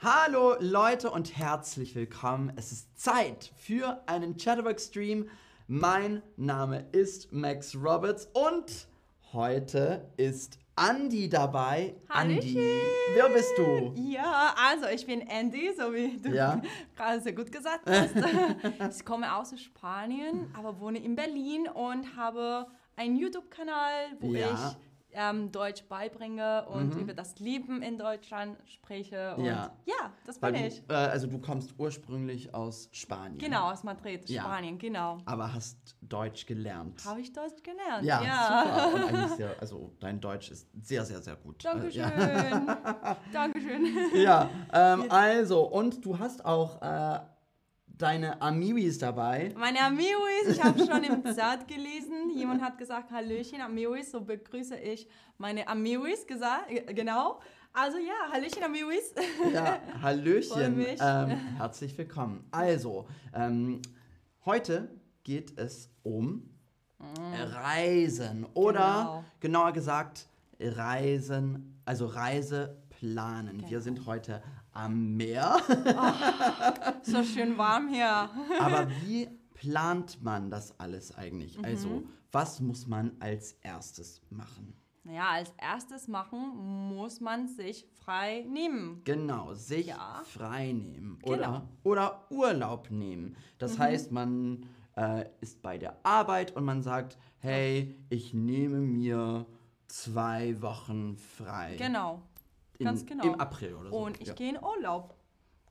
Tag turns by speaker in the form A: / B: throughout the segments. A: Hallo Leute und herzlich willkommen. Es ist Zeit für einen Chatterbox-Stream. Mein Name ist Max Roberts und heute ist Andy dabei. Andy,
B: Hallöchen.
A: wer bist du?
B: Ja, also ich bin Andy, so wie du
A: Ja.
B: gerade sehr gut gesagt hast. ich komme aus Spanien, aber wohne in Berlin und habe einen YouTube-Kanal, wo
A: Ja. Mhm.
B: ich ähm, Deutsch beibringe und über das Leben in Deutschland spreche. Und
A: Ja.
B: ja. das
A: Weil
B: bin
A: du,
B: ich.
A: äh, also du kommst ursprünglich aus Spanien.
B: Genau, aus Madrid,
A: Ja.
B: Spanien, genau.
A: Aber hast Deutsch gelernt.
B: Habe ich Deutsch gelernt?
A: ja, super. Und eigentlich sehr, also dein Deutsch ist sehr, sehr, sehr gut. Äh,
B: Dankeschön.
A: ja.
B: Dankeschön.
A: Ja, ähm, also, und du hast auch äh, deine Amiwis dabei.
B: Meine Amiwis, ich habe schon im Chat gelesen, jemand hat gesagt, Hallöchen Amiwis, so begrüße ich meine Amiwis, gesagt, äh, genau. Also ja, Hallöchen Amiwis.
A: Ja, Hallöchen.
B: Freu mich.
A: Ähm, herzlich willkommen. Also, ähm, heute geht es um
B: Mm.
A: Reisen oder
B: Genau.
A: genauer gesagt Reisen, also Reiseplanen. Wir
B: Genau.
A: sind heute am Meer.
B: So schön warm hier.
A: Aber wie plant man das alles eigentlich?
B: Mhm.
A: Also, was muss man als erstes machen?
B: Naja, als erstes machen muss man sich frei nehmen.
A: Genau, sich
B: Ja.
A: frei nehmen
B: Genau. Mhm.
A: oder, oder Urlaub nehmen. Das heißt, man äh, ist bei der Arbeit und man sagt, hey, ich nehme mir zwei Wochen frei.
B: Genau.
A: In,
B: ganz genau.
A: Im April oder so.
B: Und ich
A: ja.
B: gehe in Urlaub.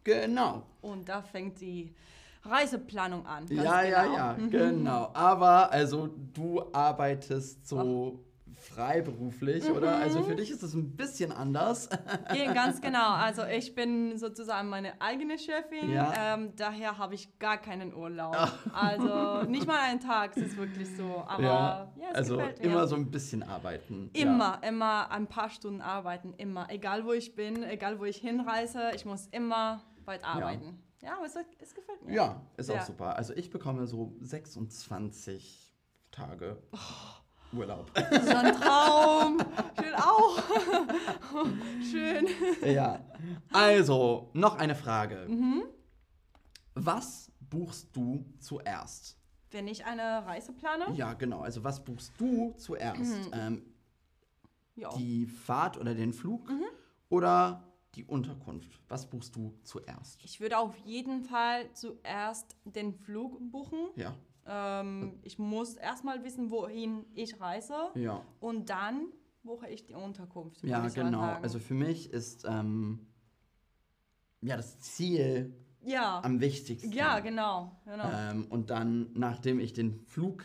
A: Genau.
B: Und da fängt die Reiseplanung an. Ganz
A: ja,
B: genau.
A: ja, ja, genau. Aber also du arbeitest so freiberuflich,
B: Mhm.
A: oder? Also für dich ist es ein bisschen anders.
B: Gehen, ganz genau. Also ich bin sozusagen meine eigene Chefin.
A: Ja. Ah.
B: Ähm, daher habe ich gar keinen Urlaub. Also nicht mal einen Tag, es ist wirklich so. Aber ja, es
A: also
B: gefällt mir.
A: immer so ein bisschen arbeiten.
B: Immer, immer ein paar Stunden arbeiten, immer. Egal wo ich bin, egal wo ich hinreise, ich muss immer weit arbeiten. Ja, aber es, es gefällt
A: Ja,
B: mir.
A: ja ist auch
B: Ja.
A: super. Also ich bekomme so 26 Tage
B: Oh.
A: Urlaub.
B: Das ist ein Traum. Schön auch. Schön.
A: ja. Also, noch eine Frage.
B: Mhm.
A: Was buchst du zuerst?
B: Wenn ich eine Reise plane,
A: Ja, genau. Also was buchst du
B: Mhm.
A: zuerst? Ähm,
B: ja.
A: die Fahrt oder den Flug
B: Mhm.
A: oder die Unterkunft? Was buchst du zuerst?
B: ich würde auf jeden Fall zuerst den Flug buchen.
A: Ja,
B: Ähm, ich muss erstmal wissen, wohin ich reise
A: ja,
B: und dann buche ich die Unterkunft. würde
A: ja,
B: ich mal
A: genau.
B: sagen.
A: Also für mich ist ähm, ja das Ziel
B: ja,
A: am wichtigsten.
B: ja, genau. genau.
A: Ähm, und dann, nachdem ich den Flug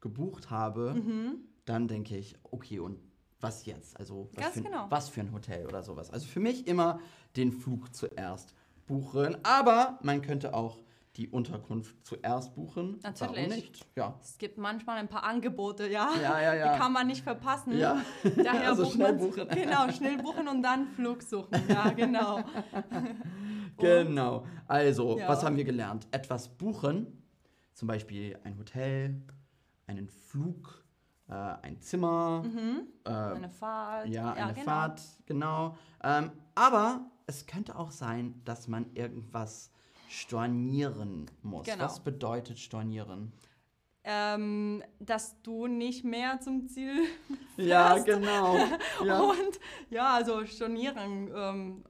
A: gebucht habe,
B: Mhm.
A: dann denke ich, okay, und was jetzt? Also was,
B: Ganz
A: für, ein-
B: genau.
A: was für ein Hotel oder sowas. Also für mich immer den Flug zuerst buchen, aber man könnte auch die Unterkunft zuerst buchen. Warum
B: Natürlich.
A: nicht? Ja.
B: es gibt manchmal ein paar Angebote, ja,
A: Ja, ja, ja.
B: die kann man nicht verpassen.
A: Ja.
B: Daher
A: Also
B: bucht
A: schnell
B: man's-
A: buchen.
B: Genau, schnell buchen und dann Flug suchen. Ja, genau.
A: Genau. Also,
B: Ja.
A: was haben wir gelernt? Etwas buchen, zum Beispiel ein Hotel, einen Flug, äh, ein Zimmer,
B: Mhm.
A: äh,
B: Eine Fahrt.
A: Ja, eine
B: genau.
A: Fahrt, genau. Ähm, aber es könnte auch sein, dass man irgendwas stornieren muss.
B: Genau.
A: Was bedeutet stornieren?
B: Ähm, dass du nicht mehr zum Ziel
A: Ja, genau. Ja.
B: Und ja, also stornieren. Ähm,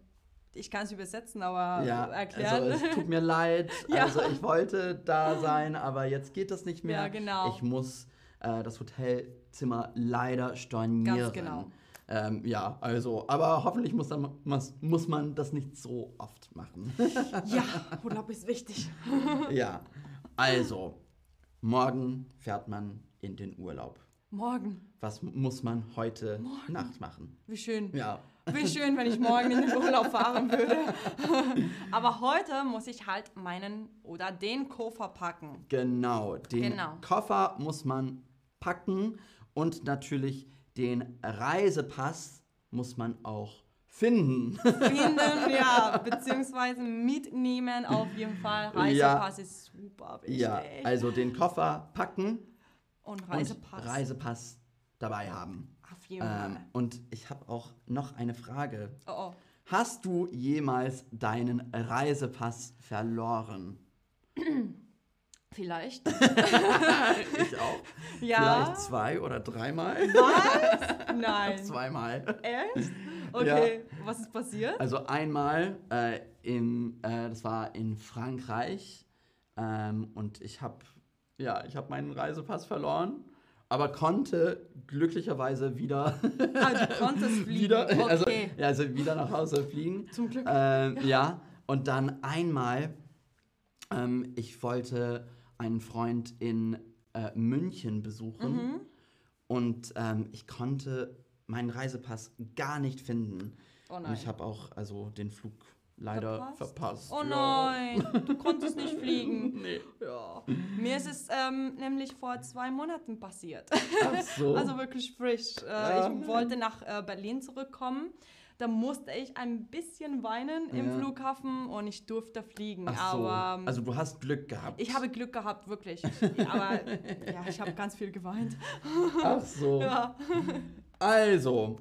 B: ich kann es übersetzen, aber
A: Ja,
B: erklären.
A: also es tut mir leid,
B: Ja.
A: also ich wollte da sein, aber jetzt geht das nicht mehr.
B: Ja, genau.
A: Ich muss äh, das Hotelzimmer leider stornieren.
B: Ganz genau.
A: Ähm, ja, also, aber hoffentlich muss, dann, muss, muss man das nicht so oft machen.
B: ja, Urlaub ist wichtig.
A: Ja, also, morgen fährt man in den Urlaub.
B: Morgen.
A: Was m- muss man heute Nacht machen?
B: Wie schön.
A: Ja,
B: Wie schön, wenn ich morgen in den Urlaub fahren würde. aber heute muss ich halt meinen oder den Koffer packen.
A: genau. Den
B: Genau.
A: Koffer muss man packen und natürlich den Reisepass muss man auch finden.
B: Finden, ja, beziehungsweise mitnehmen auf jeden Fall. Reisepass ist super wichtig.
A: ja, also den Koffer packen
B: und Reisepass.
A: und Reisepass dabei haben.
B: auf jeden
A: Ähm,
B: Fall.
A: und ich habe auch noch eine Frage.
B: Oh, oh.
A: Hast du jemals deinen Reisepass verloren?
B: Vielleicht.
A: Ich auch.
B: Ja.
A: Vielleicht zwei oder dreimal.
B: Was? Nein.
A: Zweimal.
B: Ernst? Okay, was ist passiert?
A: Also einmal, äh, in, äh, das war in Frankreich ähm, und ich habe ja, ich hab meinen Reisepass verloren, aber konnte glücklicherweise wieder,
B: Ah, du konntest fliegen.
A: wieder,
B: okay.
A: also, ja, also wieder nach Hause fliegen.
B: Zum Glück.
A: Ähm, ja. und dann einmal, ähm, ich wollte einen Freund in äh, München besuchen
B: Mhm.
A: und ähm, ich konnte meinen Reisepass gar nicht finden.
B: Oh
A: Und ich
B: nein.
A: habe auch also den Flug leider verpasst.
B: Oh
A: ja.
B: nein, du konntest nicht fliegen.
A: Nee.
B: Ja. Mir ist es ähm, nämlich vor zwei Monaten passiert.
A: Ach so.
B: Also wirklich frisch. Äh,
A: Oh. Ja.
B: Ich wollte nach äh, Berlin zurückkommen. Da musste ich ein bisschen weinen im
A: Ja.
B: Flughafen und ich durfte fliegen.
A: Ach so.
B: Aber ähm,
A: also du hast Glück gehabt.
B: ich habe Glück gehabt, wirklich. Aber ja, ich habe ganz viel geweint.
A: Ach so.
B: Ja.
A: Also,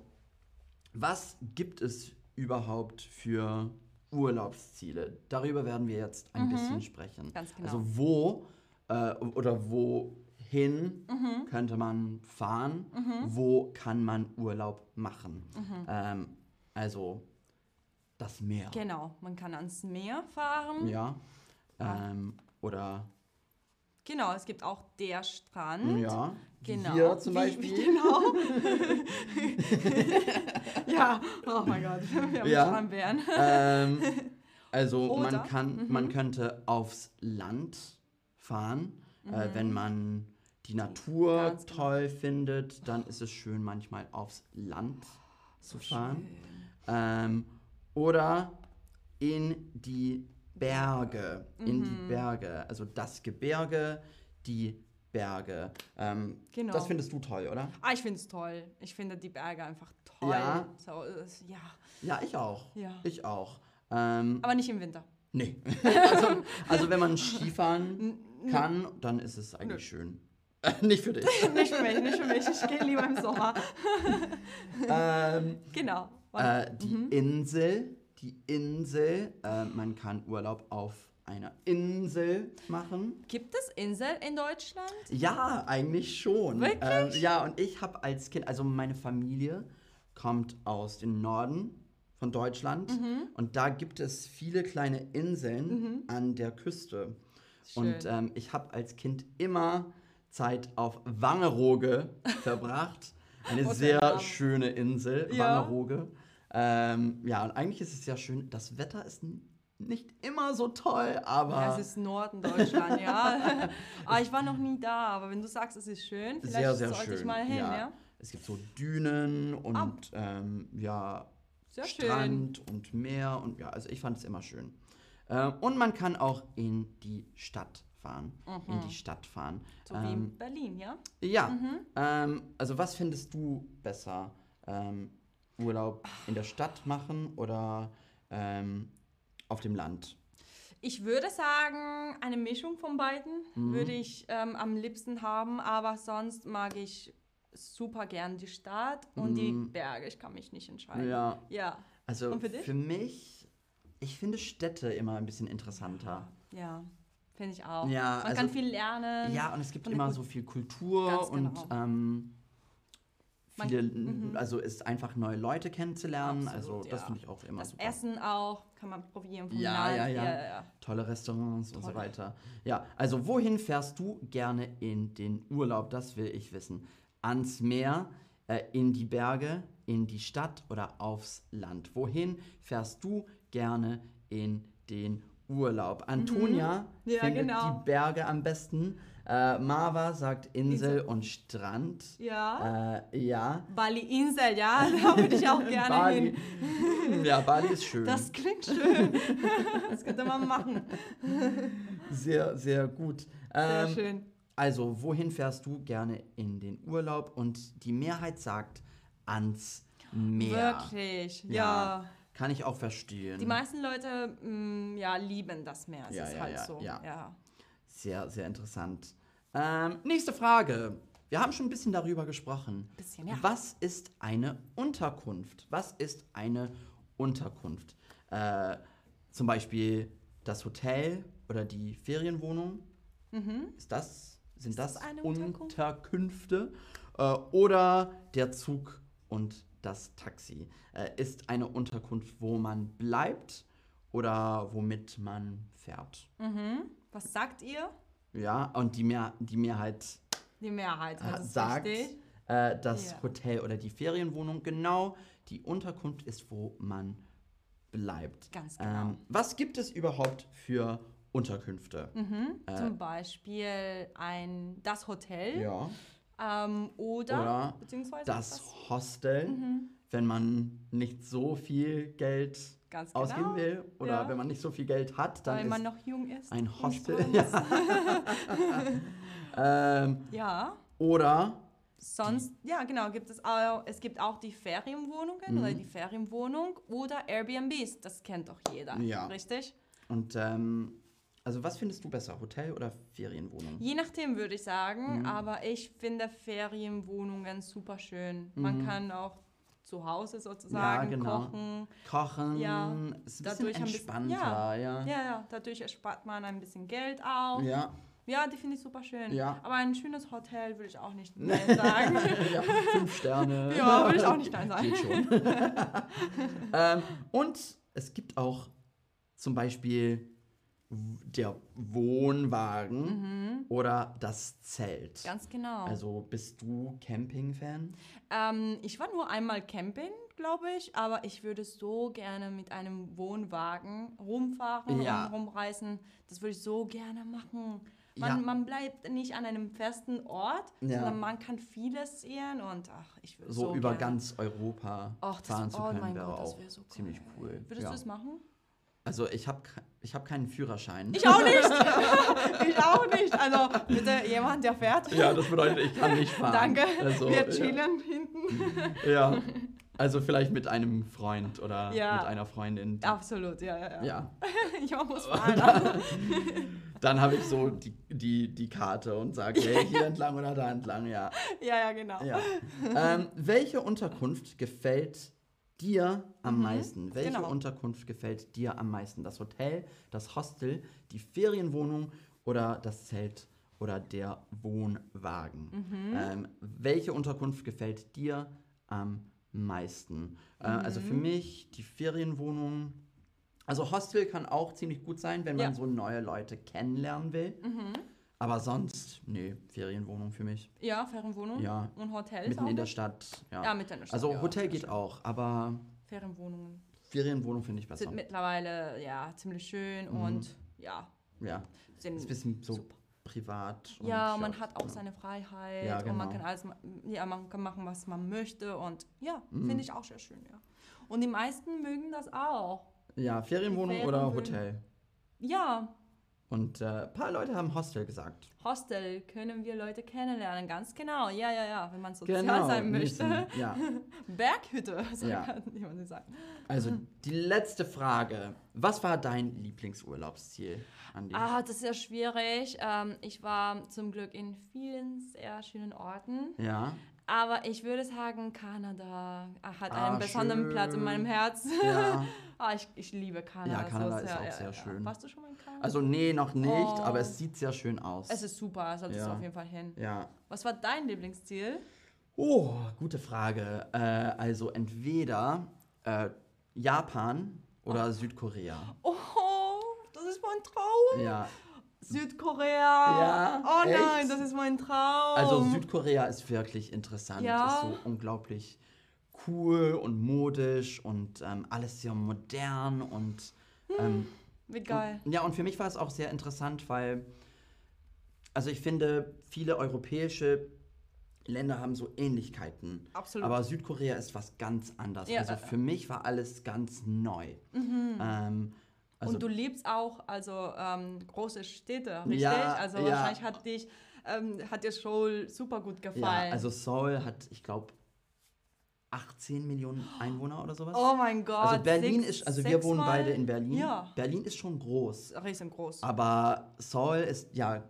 A: was gibt es überhaupt für Urlaubsziele? Darüber werden wir jetzt ein bisschen sprechen.
B: Mhm. Ganz genau.
A: Also wo äh, oder wohin
B: Mhm.
A: könnte man fahren? Wo kann man Urlaub machen?
B: Mhm.
A: Ähm, also das Meer.
B: Genau, man kann ans Meer fahren.
A: Ja. Ähm, oder
B: Genau, es gibt auch der Strand.
A: ja.
B: Genau.
A: Hier zum
B: Wie-
A: Beispiel.
B: genau. ja, oh mein Gott, wir haben
A: Ja.
B: ja. schon Bären.
A: ähm, also
B: Oder- Mhm.
A: man kann, man könnte aufs Land fahren, äh, wenn man die Natur
B: Mhm. Ganz genau.
A: toll findet, dann ist es schön manchmal aufs Land zu fahren. Ähm, oder in die Berge, in
B: Mhm.
A: die Berge, also das Gebirge, die Berge. Ähm,
B: Genau.
A: Das findest du toll, oder?
B: Ah, ich finde es toll. Ich finde die Berge einfach toll.
A: Ja.
B: So, es- ja.
A: Ja, ich auch.
B: Ja.
A: Ich auch. Ähm,
B: Aber nicht im Winter.
A: Nee. Also, also wenn man Skifahren kann, dann ist es eigentlich schön. Nicht für dich.
B: nicht für mich, nicht für mich. Ich gehe lieber im Sommer.
A: ähm,
B: Genau.
A: äh, die Insel, die Insel, äh, man kann Urlaub auf einer Insel machen.
B: Gibt es Inseln in Deutschland?
A: Ja, eigentlich schon.
B: Wirklich?
A: Ähm, ja, und ich habe als Kind, also meine Familie kommt aus dem Norden von Deutschland
B: Mhm.
A: und da gibt es viele kleine Inseln an der Küste. Und
B: Schön.
A: ähm, ich habe als Kind immer Zeit auf Wangerooge verbracht. Eine
B: Unter
A: sehr
B: Arm.
A: schöne Insel,
B: Ja.
A: Wangerooge. Ähm, ja, und eigentlich ist es ja schön, das Wetter ist n- nicht immer so toll,
B: Ja,
A: aber
B: es ist Norden Deutschland, ja. ah, ich war noch nie da, aber wenn du sagst, es ist schön, vielleicht
A: sehr, sehr
B: sollte
A: schön.
B: ich mal hin, ja.
A: Es gibt so Dünen und
B: Ah.
A: ähm, ja,
B: Sehr schön.
A: Strand und Meer und ja, also ich fand es immer schön. Ähm, und man kann auch in die Stadt fahren.
B: Mhm.
A: In die Stadt fahren.
B: So wie
A: ähm,
B: in Berlin, ja?
A: ja,
B: Mhm.
A: ähm, also was findest du besser? Ähm, Urlaub in der Stadt machen oder ähm, auf dem Land?
B: Ich würde sagen, eine Mischung von beiden
A: Mhm.
B: würde ich ähm, am liebsten haben, aber sonst mag ich super gern die Stadt und die Berge. Ich kann mich nicht entscheiden.
A: Mhm. Ja,
B: Ja,
A: also
B: Und für dich?
A: mich, ich finde Städte immer ein bisschen interessanter.
B: ja. finde ich auch.
A: Ja,
B: Man
A: also-
B: kann viel lernen.
A: Ja, und es gibt
B: und
A: immer
B: gut.
A: so viel Kultur
B: Ganz
A: und
B: genau.
A: ähm,
B: Man- mhm.
A: viele, also ist einfach neue Leute kennenzulernen.
B: Absolut,
A: also das
B: ja.
A: finde ich auch immer
B: das
A: super.
B: Essen auch kann man probieren vom
A: Ja,
B: Land.
A: ja, ja.
B: ja.
A: Tolle Restaurants und so
B: Toll.
A: weiter. Ja, also wohin fährst du gerne in den Urlaub? Das will ich wissen. Ans Meer, äh, in die Berge, in die Stadt oder aufs Land? Wohin fährst du gerne in den Urlaub? Antonia
B: Ja,
A: findet
B: genau.
A: die Berge am besten. Äh, Marva sagt Insel und Strand.
B: Ja.
A: Äh, ja.
B: Bali-Insel, ja, da würde ich auch gerne
A: Bali.
B: hin.
A: Ja, Bali ist schön.
B: Das klingt schön. Das könnte man machen.
A: sehr, sehr gut.
B: Sehr
A: Ähm,
B: schön.
A: Also, wohin fährst du gerne in den Urlaub? Und die Mehrheit sagt ans Meer.
B: Wirklich,
A: Ja.
B: ja.
A: Kann ich auch verstehen.
B: Die meisten Leute mm, ja, lieben das Meer. Es
A: Mhm. Ja,
B: ist
A: ja,
B: halt
A: ja,
B: so.
A: ja.
B: Ja.
A: sehr, sehr interessant. Ähm, nächste Frage. Wir haben schon ein bisschen darüber gesprochen.
B: Bisschen, ja.
A: Was ist eine Unterkunft? Was ist eine Unterkunft. Äh, zum Beispiel das Hotel oder die Ferienwohnung. Mhm. Ist das, sind
B: das
A: das,
B: eine Unterkunft?
A: Unterkünfte? Äh, oder der Zug und das Taxi. Äh, ist eine Unterkunft, wo man bleibt oder womit man fährt.
B: Was sagt ihr?
A: Ja, und die, Mehr die Mehrheit
B: Die Mehrheit hat
A: Ha-
B: es
A: sagt,
B: richtig.
A: äh, das
B: Also, Ja.
A: Hotel oder die Ferienwohnung genau die Unterkunft ist, wo man bleibt.
B: Ganz genau.
A: Ähm, was gibt es überhaupt für Unterkünfte?
B: Mhm. Zum Beispiel ein, das Hotel
A: äh, Ja.
B: ähm, oder,
A: Oder
B: beziehungsweise das- Mhm.
A: Das Hostel, wenn man nicht so viel Geld
B: Ganz
A: ausgeben
B: genau.
A: will oder
B: Ja.
A: wenn man nicht so viel Geld hat, dann
B: weil
A: ist
B: man noch jung ist.
A: ein
B: und
A: Hostel.
B: sparen muss.
A: Ja. ähm,
B: ja.
A: oder
B: Sonst, ja genau, gibt es auch, es gibt auch die Ferienwohnungen oder
A: Mhm.
B: die Ferienwohnung oder Airbnbs, das kennt doch jeder,
A: Ja.
B: richtig?
A: und ähm, also was findest du besser, Hotel oder Ferienwohnung?
B: Je nachdem würde ich
A: Mhm.
B: sagen, aber ich finde Ferienwohnungen super schön. Man kann auch zu Hause sozusagen
A: Mhm. genau.
B: kochen.
A: Kochen
B: Ja,
A: ist ein bisschen
B: dadurch ein bisschen-
A: entspannter,
B: ja,
A: ja.
B: Ja, ja, dadurch erspart man ein bisschen Geld auch. Ja,
A: Ja,
B: die finde ich super schön.
A: Ja.
B: Aber ein schönes Hotel würde ich auch nicht nein sagen.
A: ja, fünf Sterne.
B: Ja, würde ich auch nicht nein sagen.
A: Geht schon. ähm, und es gibt auch zum Beispiel w- der Wohnwagen oder das Zelt.
B: Mhm. Ganz genau.
A: also bist du Camping-Fan?
B: Ähm, ich war nur einmal campen, glaube ich, aber ich würde so gerne mit einem Wohnwagen rumfahren
A: Ja.
B: und rumreisen. Das würde ich so gerne machen.
A: Ja.
B: Man, man bleibt nicht an einem festen Ort,
A: Ja.
B: sondern man kann vieles sehen und ach, ich würde
A: So,
B: so
A: über
B: gerne.
A: ganz Europa
B: Ach, das,
A: fahren zu
B: oh
A: können,
B: mein
A: wäre
B: Gott, das
A: auch
B: wäre so cool.
A: ziemlich cool.
B: Würdest
A: ja.
B: du das machen?
A: Also ich habe ich hab keinen Führerschein.
B: Ich auch nicht. ich auch nicht. Also bitte jemand, der fährt.
A: ja, das bedeutet, ich kann nicht fahren.
B: Danke.
A: Also,
B: Wir
A: ja.
B: chillen hinten.
A: Ja. Also vielleicht mit einem Freund oder
B: Ja.
A: mit einer Freundin.
B: Absolut, ja, ja, ja.
A: Ja.
B: Ich muss fahren.
A: Dann habe ich so die, die, die Karte und sage, hey, hier entlang oder da entlang, ja.
B: Ja, ja, genau.
A: ja. Ähm, welche Unterkunft gefällt dir am meisten? Welche
B: genau.
A: Unterkunft gefällt dir am meisten? Das Hotel, das Hostel, die Ferienwohnung oder das Zelt oder der Wohnwagen?
B: Mhm.
A: Ähm, welche Unterkunft gefällt dir am meisten? Äh, Also
B: Mhm.
A: für mich die Ferienwohnung. Also Hostel kann auch ziemlich gut sein, wenn man
B: Ja. Mhm.
A: so neue Leute kennenlernen will. Aber sonst, nee, Ferienwohnung für mich.
B: Ja, Ferienwohnung.
A: Ja.
B: Und Hotels
A: Mitten
B: auch.
A: in der Stadt. Ja,
B: Ja, mitten in der Stadt,
A: Also
B: ja,
A: Hotel
B: das
A: geht auch, aber
B: Ferienwohnungen
A: Ferienwohnung finde ich besser.
B: sind mittlerweile ja ziemlich schön und ja,
A: Ja,
B: sind
A: Mhm. ist ein bisschen so
B: super.
A: privat. und
B: Ja, man hat auch seine Freiheit
A: Ja,
B: und man
A: genau.
B: kann alles, ma- ja, man kann machen, was man möchte und ja,
A: Mhm.
B: finde ich auch sehr schön, ja. Und die meisten mögen das auch.
A: Ja, Ferienwohnung oder
B: Ferienwohnung.
A: Hotel.
B: Ja,
A: Und äh, ein paar Leute haben Hostel gesagt.
B: Hostel können wir Leute kennenlernen, ganz genau. Ja, ja, ja, wenn man sozial
A: Genau.
B: sein
A: müssen,
B: möchte.
A: Ja.
B: Berghütte, so
A: Ja.
B: kann jemand sagen.
A: Also die letzte Frage. Was war dein Lieblingsurlaubsziel, Andi?
B: Ah, das ist ja schwierig. Ähm, ich war zum Glück in vielen sehr schönen Orten.
A: Ja.
B: Aber ich würde sagen, Kanada hat
A: Ah,
B: einen besonderen
A: schön.
B: Platz in meinem Herz.
A: ja.
B: ah, ich, ich liebe Kanada.
A: Ja, Kanada
B: so
A: ist
B: sehr.
A: auch
B: ja,
A: sehr
B: ja.
A: schön.
B: Warst du schon mal in Kanada?
A: Also nee, noch nicht,
B: Oh.
A: aber es sieht sehr schön aus.
B: es ist super, solltest
A: Ja.
B: du auf jeden Fall hin.
A: ja.
B: Was war dein Lieblingsziel?
A: Oh, gute Frage. Äh, also entweder äh, Japan oder Südkorea.
B: Oh, das ist mein Traum.
A: Ja,
B: Südkorea.
A: Ja,
B: Oh
A: echt?
B: nein, das ist mein Traum.
A: also Südkorea ist wirklich interessant.
B: Um. Ja.
A: Ist so unglaublich cool und modisch und ähm, alles sehr modern und ähm,
B: Wie geil.
A: Und, ja, und für mich war es auch sehr interessant, weil, also ich finde, viele europäische Länder haben so Ähnlichkeiten.
B: Absolut.
A: Aber Südkorea ist was ganz anderes.
B: Ja, äh,
A: also
B: ja, ja.
A: für mich war alles ganz neu. Ähm, also
B: und du liebst auch also ähm, große Städte, richtig?
A: Ja,
B: also
A: ja.
B: wahrscheinlich hat dich ähm, hat dir Seoul super gut
A: ja,
B: gefallen.
A: also Seoul hat, ich glaube, 18 Millionen Einwohner oder sowas.
B: oh mein Gott.
A: also Berlin
B: sechs-
A: ist, also wir wohnen
B: sechsmal-
A: beide in Berlin. Ah.
B: Ja,
A: Berlin ist schon groß.
B: riesengroß.
A: Aber Seoul ist, ja,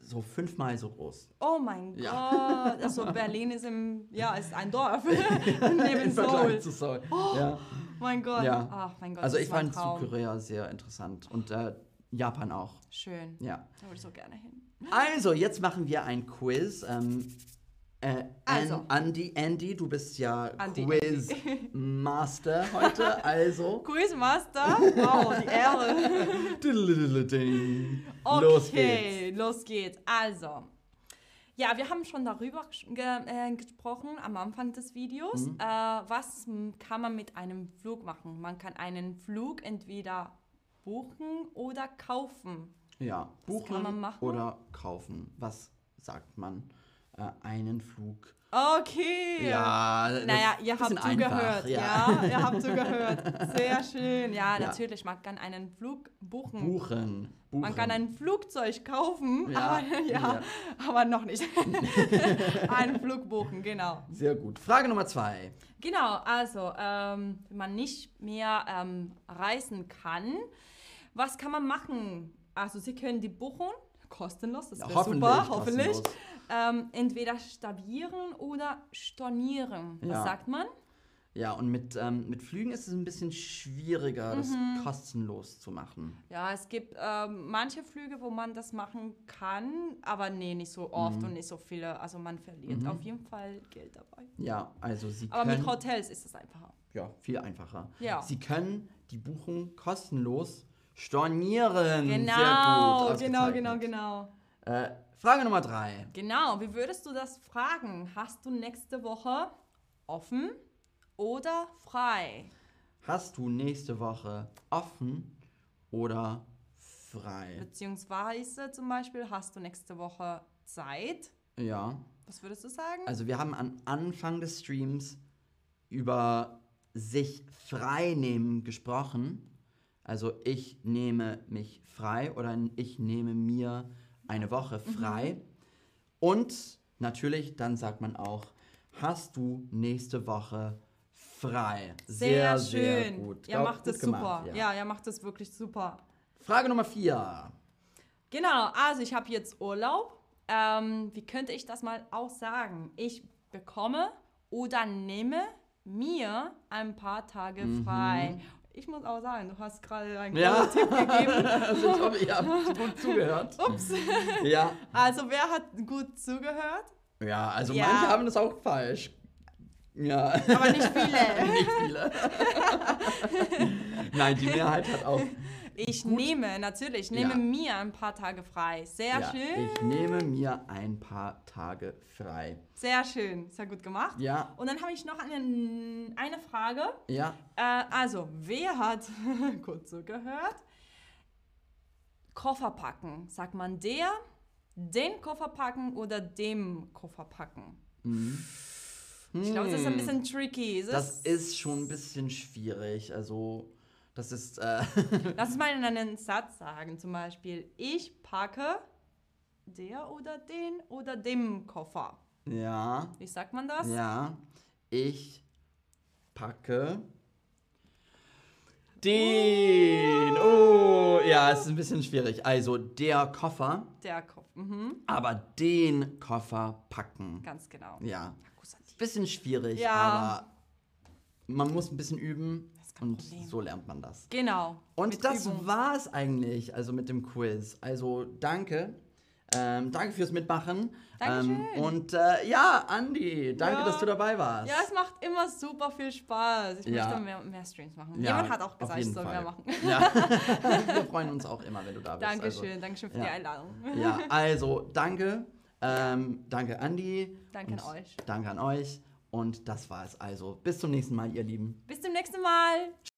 A: so fünfmal so groß.
B: Oh mein
A: Ja.
B: Gott. Also Berlin ist im, ja, ist ein Dorf neben
A: Im Vergleich
B: Seoul. Oh.
A: zu Seoul. Ja.
B: Mein Gott.
A: Ja.
B: Ach, oh mein Gott.
A: Also
B: das
A: ich
B: war ein
A: fand
B: Traum.
A: Südkorea sehr interessant und äh, Japan auch.
B: Schön.
A: Ja.
B: Da würde ich so gerne hin.
A: Also, jetzt machen wir ein Quiz. Ähm, äh, also.
B: Also.
A: Andy, Andy, du bist ja
B: Andy,
A: Quiz Master heute, also.
B: Quizmaster? Wow, die Ehre.
A: Diddle-diddle-ding.
B: Okay,
A: Los geht's.
B: los geht's. Also, ja, wir haben schon darüber gesch- ge äh, gesprochen am Anfang des Videos.
A: Mhm.
B: Äh, was m, kann man mit einem Flug machen? Man kann einen Flug entweder buchen oder kaufen.
A: Ja,
B: kann man
A: buchen
B: machen?
A: oder kaufen. Was sagt man? Äh, einen Flug.
B: Okay.
A: Ja, das
B: Naja,
A: ist
B: ihr
A: ein bisschen
B: habt
A: einfach,
B: zugehört. Ja. ihr habt zugehört. Sehr schön. Ja, natürlich, man kann einen Flug buchen.
A: Buchen. buchen.
B: Man kann ein Flugzeug kaufen,
A: Ja,
B: Aber, ja,
A: ja.
B: aber noch nicht. einen Flug buchen, genau.
A: Sehr gut. Frage Nummer zwei.
B: Genau, also ähm, wenn man nicht mehr ähm, reisen kann, was kann man machen? Also Sie können die buchen, kostenlos, das
A: Ja,
B: wäre
A: hoffentlich
B: super, hoffentlich.
A: kostenlos.
B: Ähm, entweder stabieren oder stornieren.
A: Ja.
B: Was sagt man?
A: Ja, und mit, ähm, mit Flügen ist es ein bisschen schwieriger, das
B: Mhm.
A: kostenlos zu machen.
B: Ja, es gibt ähm, manche Flüge, wo man das machen kann, aber nee, nicht so
A: Mhm.
B: oft und nicht so viele. Also man verliert auf jeden Fall Geld dabei.
A: Ja, also Sie
B: Aber
A: können
B: mit Hotels ist es einfacher.
A: ja, viel einfacher.
B: Ja.
A: Sie können die Buchung kostenlos stornieren.
B: Genau,
A: Mhm, Sehr gut,
B: genau,
A: ausgezeichnet.
B: genau, genau.
A: Äh, Frage Nummer drei.
B: Genau, wie würdest du das fragen? Hast du nächste Woche offen oder frei?
A: Hast du nächste Woche offen oder frei?
B: Beziehungsweise zum Beispiel, hast du nächste Woche Zeit?
A: Ja.
B: Was würdest du sagen?
A: Also wir haben am Anfang des Streams über sich frei nehmen gesprochen. Also ich nehme mich frei oder ich nehme mir eine Woche
B: Mhm.
A: frei. Und natürlich, dann sagt man auch, hast du nächste Woche frei. Sehr, sehr gut.
B: Ihr
A: Glaub,
B: macht
A: gut
B: es
A: gemacht,
B: super. Ja. ihr macht es wirklich super.
A: Frage Nummer vier.
B: Genau, also ich habe jetzt Urlaub. Ähm, wie könnte ich das mal auch sagen? Ich bekomme oder nehme mir ein paar Tage frei. Ich muss auch sagen, du hast gerade einen
A: Mhm. Ja.
B: guten Tipp gegeben.
A: Also ich hoffe, ihr habt gut zugehört.
B: Ups.
A: Ja,
B: Also wer hat gut zugehört?
A: ja also
B: Ja.
A: manche haben das auch falsch. Ja.
B: Aber nicht viele.
A: Nicht viele. Nein, die Mehrheit hat auch.
B: Ich nehme, natürlich, nehme
A: Ja.
B: mir ein paar Tage frei. Sehr
A: Ja,
B: schön.
A: ich nehme mir ein paar Tage frei.
B: Sehr schön. Sehr gut gemacht.
A: Ja,
B: Und dann habe ich noch eine, eine Frage.
A: ja.
B: Äh, also, wer hat kurz zugehört? Koffer packen. Sagt man der, den Koffer packen oder dem Koffer packen? Ich glaube, das ist ein bisschen tricky. Es
A: Mhm. Hm. Das
B: ist-
A: ist schon ein bisschen schwierig. Also, das ist. Äh,
B: Lass uns mal in einen Satz sagen. Zum Beispiel, ich packe der oder den oder dem Koffer.
A: ja,
B: Wie sagt man das?
A: ja. Ich packe. Den. Oh, ja, es ist ein bisschen schwierig. Also, der Koffer,
B: Der Koffer. Mhm,
A: aber den Koffer packen.
B: ganz genau.
A: Ja.
B: Akkusativ.
A: bisschen schwierig,
B: Ja.
A: aber man muss ein bisschen üben
B: Das ist kein
A: und
B: Problem.
A: so lernt man das.
B: Genau.
A: Und
B: mit
A: das
B: Übung.
A: war es eigentlich, also mit dem Quiz. Also danke. Ähm, danke fürs Mitmachen.
B: Dankeschön.
A: Ähm, und äh, ja, Andi, danke,
B: Ja.
A: dass du dabei warst.
B: Ja, es macht immer super viel Spaß. Ich
A: Ja.
B: möchte mehr, mehr Streams machen.
A: Ja,
B: Jemand hat auch
A: auf
B: gesagt, ich
A: jeden
B: soll
A: Fall.
B: mehr machen.
A: Ja. Wir freuen uns auch immer, wenn du da bist. Also,
B: Dankeschön, Dankeschön für
A: ja.
B: die Einladung.
A: Also, ja, also danke. Ähm, danke, Andi.
B: Danke an
A: Und
B: euch.
A: Danke an euch. Und das war es also. Bis zum nächsten Mal, ihr Lieben.
B: Bis zum nächsten Mal.